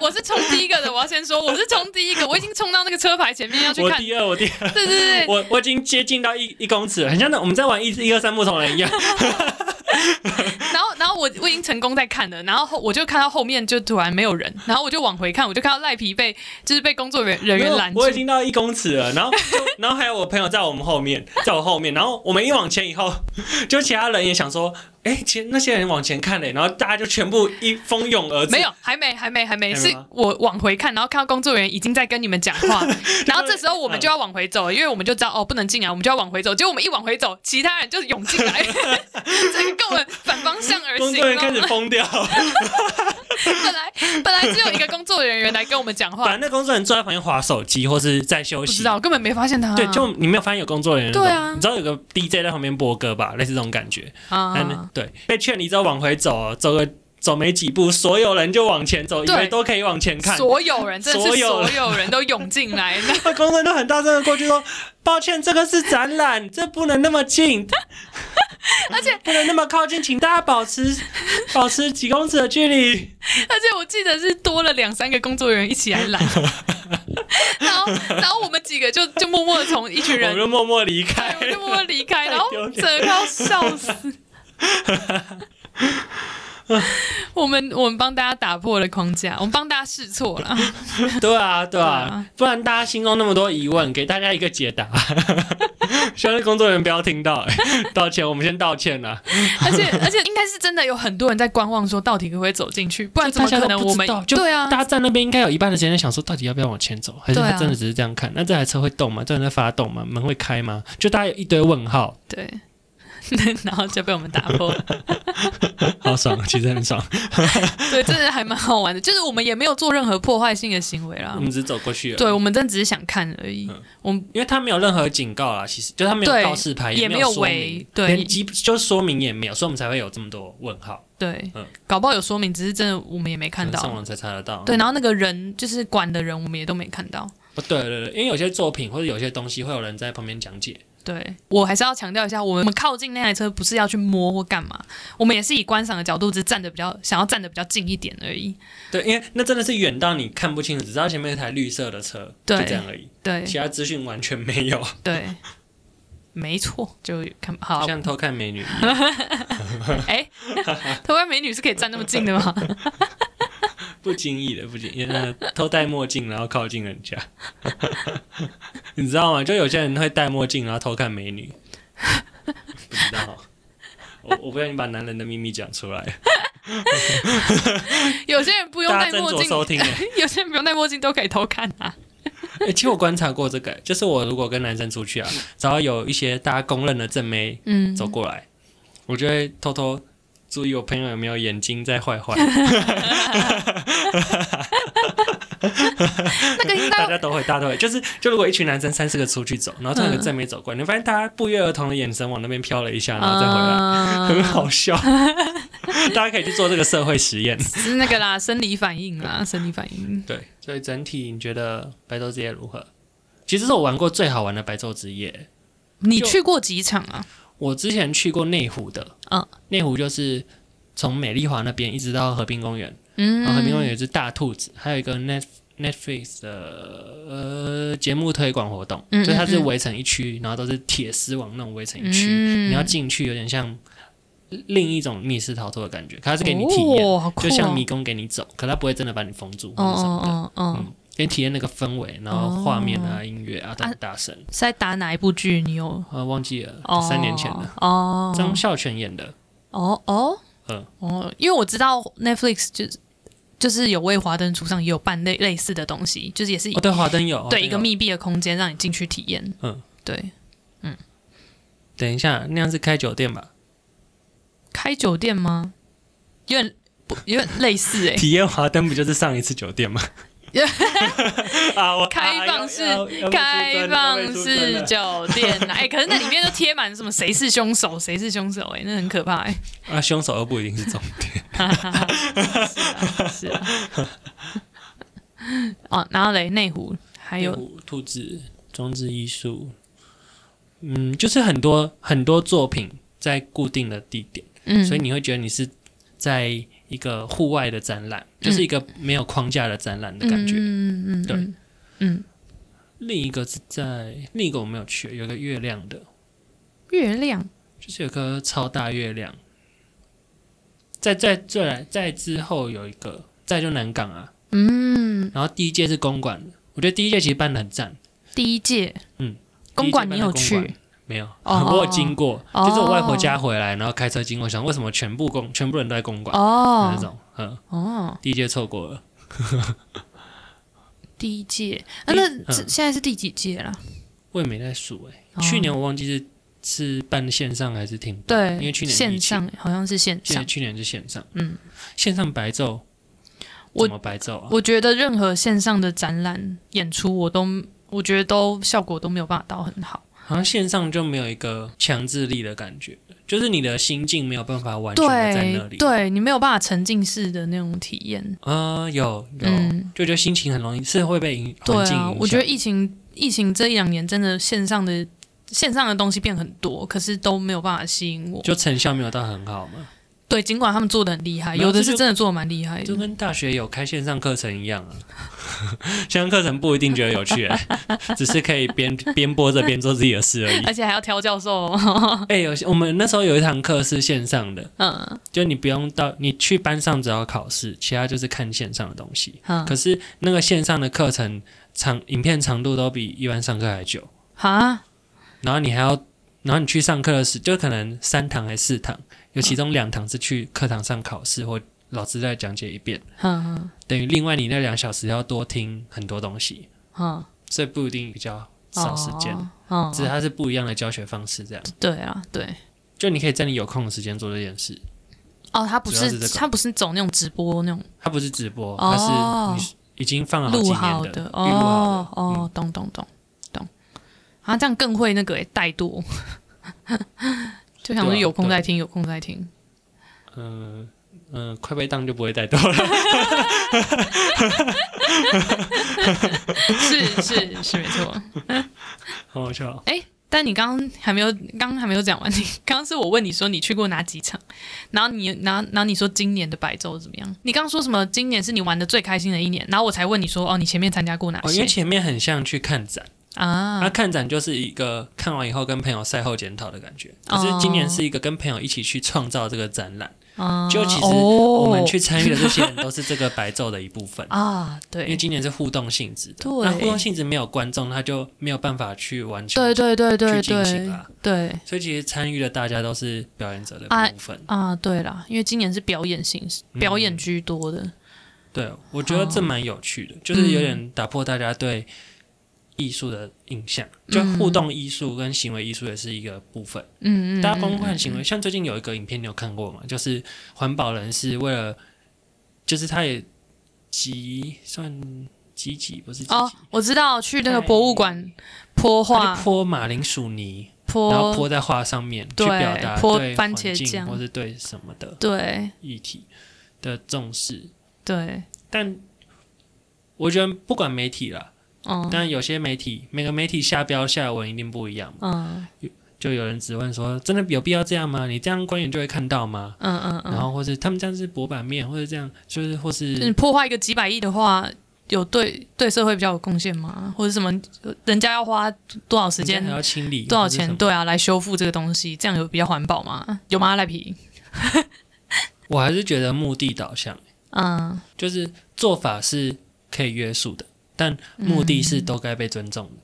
[SPEAKER 2] 我是冲第一个的，我要先说我是冲第一个，我已经冲到那个车牌前面要去
[SPEAKER 1] 我
[SPEAKER 2] 看，哎
[SPEAKER 1] 第二，我第二，
[SPEAKER 2] 对对对，
[SPEAKER 1] 我我已经接近到一一公尺了，很像那我们在玩一一二三木桶人一样，
[SPEAKER 2] 然后，然后我我已经成功在看了，然后后我就看到后面就突然没有人，然后我就往回看，我就看到赖皮被就是被工作人人员拦住
[SPEAKER 1] 我，已经到一公尺了，然后就然后还有我朋友在我们后面，在我后面，然后我们一往前以后，就其他人也想说，哎、其实那些人往前看嘞，然后大家就全部一蜂拥而至，
[SPEAKER 2] 没有，还没，还没，还没，
[SPEAKER 1] 还没
[SPEAKER 2] 是
[SPEAKER 1] 吗
[SPEAKER 2] 我往回看，然后看到工作人员已经在跟你们讲话，然后这时候我们就要往回走，因为我们就知道哦不能进来，我们就要往回走，结果我们一往回走，其他人就涌进
[SPEAKER 1] <laughs>
[SPEAKER 2] 来，这个跟我们反方向而
[SPEAKER 1] 工
[SPEAKER 2] 行，
[SPEAKER 1] 作人员开
[SPEAKER 2] 你知道
[SPEAKER 1] 始
[SPEAKER 2] 吗
[SPEAKER 1] 疯掉。
[SPEAKER 2] 本来本来只有一个工作人员来跟我们讲话，
[SPEAKER 1] 反正那工作人员坐在旁边划手机或是在休
[SPEAKER 2] 不
[SPEAKER 1] 息，
[SPEAKER 2] 知道根本没发现他，
[SPEAKER 1] 对，就你没有发现有工作人员那种
[SPEAKER 2] 对啊
[SPEAKER 1] 你知道有个 DJ 在旁边播歌吧，类似这种感觉。嗯
[SPEAKER 2] 啊，，
[SPEAKER 1] 对，被劝离之后往回走，走个走没几步，所有人就往前走，以
[SPEAKER 2] 对
[SPEAKER 1] 为都可以往前看。
[SPEAKER 2] 所有人真的是
[SPEAKER 1] 所有
[SPEAKER 2] 所
[SPEAKER 1] 人
[SPEAKER 2] 有人都涌进来， <laughs>
[SPEAKER 1] 那工作人员都很大声的过去说：“抱歉，这个是展览，这不能那么近，
[SPEAKER 2] <laughs> 而且
[SPEAKER 1] 不能那么靠近，请大家保持保持几公尺的距离。
[SPEAKER 2] 而且我记得是多了两三个工作人员一起来
[SPEAKER 1] <laughs>
[SPEAKER 2] 拦，然后然后我们几个就就默默的从一”群
[SPEAKER 1] 我
[SPEAKER 2] 人
[SPEAKER 1] 们，就默默离
[SPEAKER 2] 对
[SPEAKER 1] 开
[SPEAKER 2] 我。们就默默离开，
[SPEAKER 1] 太
[SPEAKER 2] 然后
[SPEAKER 1] 丢
[SPEAKER 2] 整
[SPEAKER 1] 脸
[SPEAKER 2] 个要笑死。
[SPEAKER 1] <laughs>
[SPEAKER 2] 我们我们帮大家打破了框架，我们帮大家试错了，
[SPEAKER 1] 对啊，对
[SPEAKER 2] 对
[SPEAKER 1] 啊
[SPEAKER 2] 啊，
[SPEAKER 1] 不然大家心中那么多疑问，给大家一个解答。 <laughs> 希望这工作人员不要听到、哎道歉，我们先道歉啦。
[SPEAKER 2] 而且而且应该是真的有很多人在观望，说到底可不可以走进去，不然怎么可能我们
[SPEAKER 1] 大家都不知道就
[SPEAKER 2] 对 <laughs> 啊
[SPEAKER 1] 大家在那边应该有一半的时间在想说，到底要不要往前走，还是
[SPEAKER 2] 对
[SPEAKER 1] 他
[SPEAKER 2] 啊
[SPEAKER 1] 真的只是这样看？那这台车会动吗？真的在发动吗？门会开吗？就大家有一堆问号。
[SPEAKER 2] 对。 <laughs> 然后就被我们打破。
[SPEAKER 1] <laughs>
[SPEAKER 2] <laughs>
[SPEAKER 1] 好爽，其实很爽。
[SPEAKER 2] 对，真的还蛮好玩的，就是我们也没有做任何破坏性的行为啦
[SPEAKER 1] 我。们只走过去了，
[SPEAKER 2] 对，我们真的只是想看而已。
[SPEAKER 1] 啊嗯
[SPEAKER 2] 我们
[SPEAKER 1] 因为他没有任何警告啦，其实就他没有
[SPEAKER 2] 对
[SPEAKER 1] 告示牌，
[SPEAKER 2] 也
[SPEAKER 1] 没
[SPEAKER 2] 没有
[SPEAKER 1] 说
[SPEAKER 2] 围
[SPEAKER 1] 明，
[SPEAKER 2] 对
[SPEAKER 1] 连基就说明也没有，所以我们才会有这么多问号。
[SPEAKER 2] 对，
[SPEAKER 1] 嗯
[SPEAKER 2] 搞不好有说明，只是真的我们也没看
[SPEAKER 1] 可能上
[SPEAKER 2] 到。
[SPEAKER 1] 网才查得到。
[SPEAKER 2] 对，然后那个人就是管的人，我们也都没看到。
[SPEAKER 1] 哦，对对对，因为有些作品或者有些东西会有人在旁边讲解，
[SPEAKER 2] 对我还是要强调一下，我们靠近那台车不是要去摸或干嘛，我们也是以观赏的角度，只是站的比较想要站的比较近一点而已。
[SPEAKER 1] 对，因为那真的是远到你看不清楚，只知道前面有一台绿色的车，
[SPEAKER 2] 对
[SPEAKER 1] 就这样而已，
[SPEAKER 2] 对
[SPEAKER 1] 其他资讯完全没有，
[SPEAKER 2] 对，没错，就看好
[SPEAKER 1] 就像偷看美女一样。
[SPEAKER 2] 哎，台湾美女是可以站那么近的
[SPEAKER 1] <laughs>
[SPEAKER 2] 吗？
[SPEAKER 1] 不经意的，不经意的偷戴墨镜，然后靠近人家， <laughs> 你知道吗？就有些人会戴墨镜，然后偷看美女，不知道。我我不小心把男人的秘密讲出来，
[SPEAKER 2] 有些人不用
[SPEAKER 1] 大
[SPEAKER 2] 戴
[SPEAKER 1] 家斟
[SPEAKER 2] 墨
[SPEAKER 1] 酌
[SPEAKER 2] 镜，
[SPEAKER 1] 收听、欸 <laughs>
[SPEAKER 2] 有些人不用戴墨镜都可以偷看啊。
[SPEAKER 1] 欸其实我观察过这个，就是我如果跟男生出去啊，只要有一些大家公认的正妹
[SPEAKER 2] 嗯，
[SPEAKER 1] 走过来，我就会偷偷注意我朋友有没有眼睛在坏坏，
[SPEAKER 2] <laughs> 那个应
[SPEAKER 1] 大
[SPEAKER 2] 该
[SPEAKER 1] 家都会，大家都会，就是就如果一群男生三四个出去走，然后突然有个正妹
[SPEAKER 2] 嗯
[SPEAKER 1] 走过来，你会发现大家不约而同的眼神往那边飘了一下，然后再回来。
[SPEAKER 2] 来
[SPEAKER 1] 很好
[SPEAKER 2] <laughs>
[SPEAKER 1] 笑。大家可以去做这个社会实验。
[SPEAKER 2] 是那个啦，生理反应啦，生理反应。
[SPEAKER 1] 对，所以整体你觉得白昼之夜如何？其实是我玩过最好玩的白昼之夜。
[SPEAKER 2] 你
[SPEAKER 1] 就
[SPEAKER 2] 去过几场啊？
[SPEAKER 1] 我之前去过内湖的，
[SPEAKER 2] 嗯，
[SPEAKER 1] 内湖就是从美丽华那边一直到和平公园，然后和平公
[SPEAKER 2] 嗯，
[SPEAKER 1] 园哦有一只大兔子，还有一个 Net Netflix 的呃节目推广活动，
[SPEAKER 2] 嗯
[SPEAKER 1] 所以它是
[SPEAKER 2] 嗯嗯
[SPEAKER 1] 围成一区，然后都是铁丝网那种围成一区，
[SPEAKER 2] 嗯
[SPEAKER 1] 你要进去有点像另一种密室逃脱的感觉，可它是给你体验。
[SPEAKER 2] 哦，好酷哦
[SPEAKER 1] 就像迷宫给你走，可它不会真的把你封住
[SPEAKER 2] 哦
[SPEAKER 1] 或者什么的，
[SPEAKER 2] 哦哦哦，
[SPEAKER 1] 嗯给你体验那个氛围，然后画面啊、音乐啊都很大声。
[SPEAKER 2] 是在打哪一部剧？你有？
[SPEAKER 1] 啊，忘记了，
[SPEAKER 2] 哦，
[SPEAKER 1] 三年前的
[SPEAKER 2] 哦，
[SPEAKER 1] 张孝全演的，
[SPEAKER 2] 哦哦，
[SPEAKER 1] 嗯
[SPEAKER 2] 哦，因为我知道 Netflix 就是就是有为《华灯初上》也有办类类似的东西，就是也是、
[SPEAKER 1] 哦，对，华灯有，
[SPEAKER 2] 对
[SPEAKER 1] 华灯有
[SPEAKER 2] 一个。密闭的空间让你进去体验。
[SPEAKER 1] 嗯，
[SPEAKER 2] 对，
[SPEAKER 1] 等一下，那样是开酒店吧？
[SPEAKER 2] 开酒店吗？有点不有点类似
[SPEAKER 1] <laughs>
[SPEAKER 2] 哎、
[SPEAKER 1] <laughs> 体验华灯不就是上一次酒店吗？ <laughs> 啊，我
[SPEAKER 2] <laughs> 开放式开放式酒店啊，哎、可是那里面都贴满什么谁是凶手，谁是凶手、哎，那很可怕哎、
[SPEAKER 1] <laughs> 啊，凶手又不一定是
[SPEAKER 2] <laughs>
[SPEAKER 1] 重点。
[SPEAKER 2] 是啊，哦，然后嘞，内湖还有
[SPEAKER 1] 猎狐兔子装置艺术，嗯，就是很多很多作品在固定的地点。
[SPEAKER 2] 嗯，
[SPEAKER 1] 所以你会觉得你是在一个户外的展览，就是一个没有框架的展览的感觉。
[SPEAKER 2] 嗯嗯嗯嗯嗯，
[SPEAKER 1] 对
[SPEAKER 2] 嗯嗯，
[SPEAKER 1] 另一个是在另一个我没有去，有个月亮的，
[SPEAKER 2] 月亮
[SPEAKER 1] 就是有颗超大月亮。在在再来在之后有一个，再就南港啊，嗯，然后第一届是公馆的，我觉得第一届其实办的很赞，
[SPEAKER 2] 第一届，
[SPEAKER 1] 嗯，
[SPEAKER 2] 公馆
[SPEAKER 1] 第
[SPEAKER 2] 你
[SPEAKER 1] 一届
[SPEAKER 2] 有
[SPEAKER 1] 办在公馆
[SPEAKER 2] 去？
[SPEAKER 1] 没有，
[SPEAKER 2] 哦
[SPEAKER 1] <laughs> 我有经过，
[SPEAKER 2] 哦
[SPEAKER 1] 就是我外婆家回来，然后开车经过，想为什么全部公全部人都在公馆、那
[SPEAKER 2] 哦
[SPEAKER 1] 种，嗯，
[SPEAKER 2] 哦，
[SPEAKER 1] 第一届错过了。
[SPEAKER 2] 第一届，啊、那
[SPEAKER 1] 嗯
[SPEAKER 2] 这现在是第几届了？
[SPEAKER 1] 我也没在数哎、
[SPEAKER 2] 哦
[SPEAKER 1] 去年我忘记是是办线上还是停办，
[SPEAKER 2] 对，
[SPEAKER 1] 因为去年疫
[SPEAKER 2] 线
[SPEAKER 1] 情
[SPEAKER 2] 上好像是线
[SPEAKER 1] 现在
[SPEAKER 2] 上，
[SPEAKER 1] 去年是线上，
[SPEAKER 2] 嗯，
[SPEAKER 1] 线上白昼，
[SPEAKER 2] 我
[SPEAKER 1] 怎么白昼啊？
[SPEAKER 2] 我觉得任何线上的展览演出，我都我觉得都效果都没有办法到很好。
[SPEAKER 1] 好像线上就没有一个强制力的感觉，就是你的心境没有办法完全的在那
[SPEAKER 2] 对，啊
[SPEAKER 1] 里。，
[SPEAKER 2] 对你没有办法沉浸式的那种体验。
[SPEAKER 1] 啊、有有，
[SPEAKER 2] 嗯
[SPEAKER 1] 就觉得心情很容易是会被影哦
[SPEAKER 2] 对
[SPEAKER 1] 环境影
[SPEAKER 2] 啊
[SPEAKER 1] 响。，
[SPEAKER 2] 我觉得疫情疫情这一两年真的线上的线上的东西变很多，可是都没有办法吸引我。
[SPEAKER 1] 就成效没有到很好嘛，
[SPEAKER 2] 对，尽管他们做的很厉害，
[SPEAKER 1] 没有
[SPEAKER 2] 有的
[SPEAKER 1] 这
[SPEAKER 2] 是
[SPEAKER 1] 就
[SPEAKER 2] 真的做的蛮厉害
[SPEAKER 1] 就
[SPEAKER 2] 的。
[SPEAKER 1] 跟大学有开线上课程一样啊。 <laughs> 线上课程不一定觉得有趣、欸， <laughs> 只是可以边边播着边做自己的事
[SPEAKER 2] <laughs>
[SPEAKER 1] 而已。
[SPEAKER 2] 而且还要挑教
[SPEAKER 1] <laughs>
[SPEAKER 2] 授，
[SPEAKER 1] 哎、有些我们那时候有一堂课是线上的，
[SPEAKER 2] 嗯
[SPEAKER 1] 就你不用到你去班上只要考试，其他就是看线上的东西。
[SPEAKER 2] 嗯，
[SPEAKER 1] 可是那个线上的课程长，影片长度都比一般上课还久，
[SPEAKER 2] 哈，
[SPEAKER 1] 然后你还要，然后你去上课的时，就可能三堂还四堂，有其中两堂是去课堂上考试或老师再讲解一遍，
[SPEAKER 2] 嗯
[SPEAKER 1] 等于另外你那两小时要多听很多东西，
[SPEAKER 2] 嗯，
[SPEAKER 1] 所以不一定比较少时间，啊
[SPEAKER 2] 哦，
[SPEAKER 1] 只是它是不一样的教学方式这样。
[SPEAKER 2] 对啊，对，
[SPEAKER 1] 就你可以在你有空的时间做这件事。
[SPEAKER 2] 哦，他不
[SPEAKER 1] 主要
[SPEAKER 2] 是
[SPEAKER 1] 是这个
[SPEAKER 2] 他不是走那种直播那种
[SPEAKER 1] 它不是直播，
[SPEAKER 2] 哦
[SPEAKER 1] 它是你已经放了好几
[SPEAKER 2] 录
[SPEAKER 1] 年
[SPEAKER 2] 好
[SPEAKER 1] 啊的，预录
[SPEAKER 2] 哦
[SPEAKER 1] 好的。嗯
[SPEAKER 2] 哦，懂懂懂懂，啊，这样更会那个诶怠惰，就想说
[SPEAKER 1] 对啊
[SPEAKER 2] 有空
[SPEAKER 1] 对
[SPEAKER 2] 再听，有空再听。
[SPEAKER 1] 嗯嗯，快被当就不会带到了。 <laughs>
[SPEAKER 2] 是是是没错。
[SPEAKER 1] 好好笑哦。
[SPEAKER 2] 但你刚刚还没有，刚刚还没有讲完。你刚刚是我问你说你去过哪几场，然后你，然后，然后你说今年的白昼怎么样？你刚刚说什么？今年是你玩的最开心的一年，然后我才问你说，哦，你前面参加过哪
[SPEAKER 1] 哦，因
[SPEAKER 2] 些
[SPEAKER 1] 为、前面很像去看展，
[SPEAKER 2] 啊？
[SPEAKER 1] 啊，看展就是一个看完以后跟朋友赛后检讨的感觉。可
[SPEAKER 2] 哦
[SPEAKER 1] 是今年是一个跟朋友一起去创造这个展览，
[SPEAKER 2] 啊
[SPEAKER 1] 就其实
[SPEAKER 2] 我
[SPEAKER 1] 我们去参与的这些人都是这个白昼的一部
[SPEAKER 2] <laughs>
[SPEAKER 1] 分。
[SPEAKER 2] 啊，对
[SPEAKER 1] 因为，今年是互动性质的，
[SPEAKER 2] 对
[SPEAKER 1] 那互动性质没有观众，他就没有办法去完成。
[SPEAKER 2] 对对对对
[SPEAKER 1] 去进行
[SPEAKER 2] 对
[SPEAKER 1] 啦
[SPEAKER 2] 对
[SPEAKER 1] 所以其实参与的大家都是表演者的
[SPEAKER 2] 啊
[SPEAKER 1] 部分。
[SPEAKER 2] 啊，对啦，因为今年是表演性，表
[SPEAKER 1] 嗯
[SPEAKER 2] 演居多的，
[SPEAKER 1] 对，我觉得这蛮有趣的，就是有点打破大家对艺术的印象。就互动艺术跟行为艺术也是一个部分。
[SPEAKER 2] 嗯嗯，
[SPEAKER 1] 大家光
[SPEAKER 2] 嗯
[SPEAKER 1] 看行为，像最近有一个影片，你有看过吗？就是环保人士为了，就是他也集算集集不是集集，
[SPEAKER 2] 哦，我知道去那个博物馆泼
[SPEAKER 1] 他
[SPEAKER 2] 画
[SPEAKER 1] 就泼马铃薯泥，哎然后
[SPEAKER 2] 泼
[SPEAKER 1] 泼在画上面，去
[SPEAKER 2] 对
[SPEAKER 1] 表达
[SPEAKER 2] 泼
[SPEAKER 1] 对
[SPEAKER 2] 番
[SPEAKER 1] 环
[SPEAKER 2] 茄
[SPEAKER 1] 境
[SPEAKER 2] 酱
[SPEAKER 1] 或是对什么的
[SPEAKER 2] 对
[SPEAKER 1] 议题的重视。
[SPEAKER 2] 对，
[SPEAKER 1] 但我觉得不管媒体啦，
[SPEAKER 2] 嗯
[SPEAKER 1] 但有些媒体，每个媒体下标下文一定不一样嘛。
[SPEAKER 2] 嗯
[SPEAKER 1] 就有人质问说：“真的有必要这样吗？你这样官员就会看到吗？”
[SPEAKER 2] 嗯嗯嗯
[SPEAKER 1] 然，后或是他们这样是博版面，或者这样就是或
[SPEAKER 2] 就是你
[SPEAKER 1] 是
[SPEAKER 2] 破坏一个几百亿的话，有对对社会比较有贡献吗？或者什么？人家要花多少时间
[SPEAKER 1] 人家、还要清理
[SPEAKER 2] 多少
[SPEAKER 1] 或
[SPEAKER 2] 钱？
[SPEAKER 1] 者什么
[SPEAKER 2] 对啊，来修复这个东西，这样有比较环保吗？有吗？赖皮？
[SPEAKER 1] 我还是觉得目的导向，
[SPEAKER 2] 嗯，
[SPEAKER 1] 就是做法是可以约束的，但目的是都该被尊重
[SPEAKER 2] 嗯
[SPEAKER 1] 的。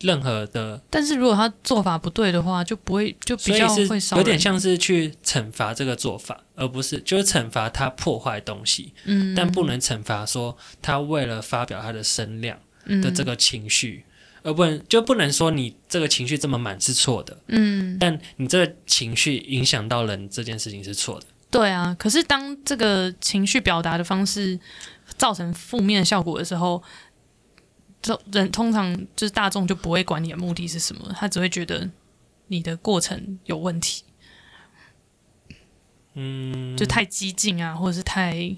[SPEAKER 1] 任何的，
[SPEAKER 2] 但是如果他做法不对的话，就不会就比
[SPEAKER 1] 所以
[SPEAKER 2] 较会
[SPEAKER 1] 是
[SPEAKER 2] 少
[SPEAKER 1] 有
[SPEAKER 2] 人
[SPEAKER 1] 点像是去惩罚这个做法，而不是就是惩罚他破坏东西，
[SPEAKER 2] 嗯
[SPEAKER 1] 但不能惩罚说他为了发表他的声量。的这
[SPEAKER 2] 个
[SPEAKER 1] 个情绪，而不能就不能说你这个情绪这么满是错的，
[SPEAKER 2] 嗯嗯
[SPEAKER 1] 但你这个情绪影响到人这件事情是错的。
[SPEAKER 2] 对啊。可是当这个情绪表达的方式造成负面效果的时候。就人通常就是大众就不会管你的目的是什么，他只会觉得你的过程有问题。
[SPEAKER 1] 嗯，
[SPEAKER 2] 就太激进啊，或者是太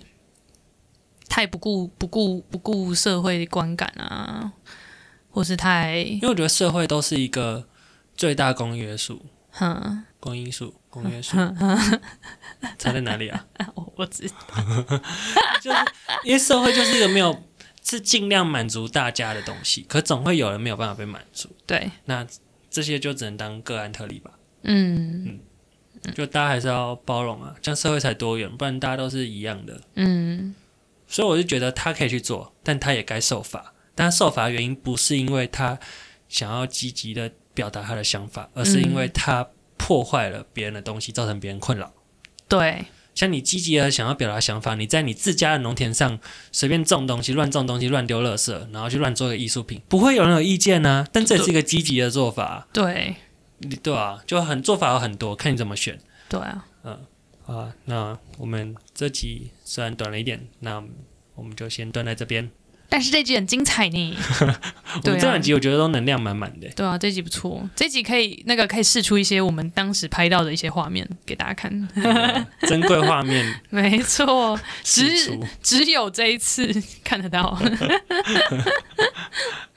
[SPEAKER 2] 太不顾不顾不顾社会观感啊，或是太
[SPEAKER 1] 因为我觉得社会都是一个最大公约数、
[SPEAKER 2] 哼，
[SPEAKER 1] 公因数、公约
[SPEAKER 2] <laughs>
[SPEAKER 1] 数，差在哪里啊？
[SPEAKER 2] 我我只
[SPEAKER 1] 因为社会就是一个没有是尽量满足大家的东西，可总会有人没有办法被满足，
[SPEAKER 2] 对，
[SPEAKER 1] 这些就只能当个案特例吧。
[SPEAKER 2] 嗯
[SPEAKER 1] 就大家还是要包容啊，这样社会才多元，不然大家都是一样的。
[SPEAKER 2] 嗯
[SPEAKER 1] 所以我就觉得他可以去做，但他也该受罚。但他受罚的原因不是因为他想要积极的表达他的想法，而是因为他破坏了别人的东西，造成别人困扰。
[SPEAKER 2] 对，
[SPEAKER 1] 像你积极的想要表达想法，你在你自家的农田上随便种东西、乱种东西、乱丢垃圾，然后去乱做个艺术品，不会有人有意见呢、但这也是一个积极的做法，
[SPEAKER 2] 对
[SPEAKER 1] 你对啊，就很做法有很多，看你怎么选
[SPEAKER 2] 对啊，
[SPEAKER 1] 啊。那我们这集虽然短了一点，那我们就先断在这边。
[SPEAKER 2] 但是这集很精彩
[SPEAKER 1] <laughs>
[SPEAKER 2] 呢，
[SPEAKER 1] 我
[SPEAKER 2] 对
[SPEAKER 1] 们这
[SPEAKER 2] 啊
[SPEAKER 1] 两。集我觉得都能量
[SPEAKER 2] <laughs>
[SPEAKER 1] 满满的。
[SPEAKER 2] 对啊，这集不错，这集可以那个可以试出一些我们当时拍到的一些画面给大家看， <laughs>
[SPEAKER 1] 珍贵画面
[SPEAKER 2] 没错，
[SPEAKER 1] 释
[SPEAKER 2] 只
[SPEAKER 1] 出。
[SPEAKER 2] 只有这一次看得
[SPEAKER 1] <laughs>
[SPEAKER 2] 到。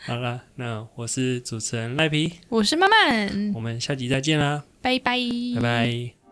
[SPEAKER 1] 好了，那我是主持人赖皮，
[SPEAKER 2] 我是曼曼，
[SPEAKER 1] 我们下集再见啦，
[SPEAKER 2] 拜拜，
[SPEAKER 1] 拜拜。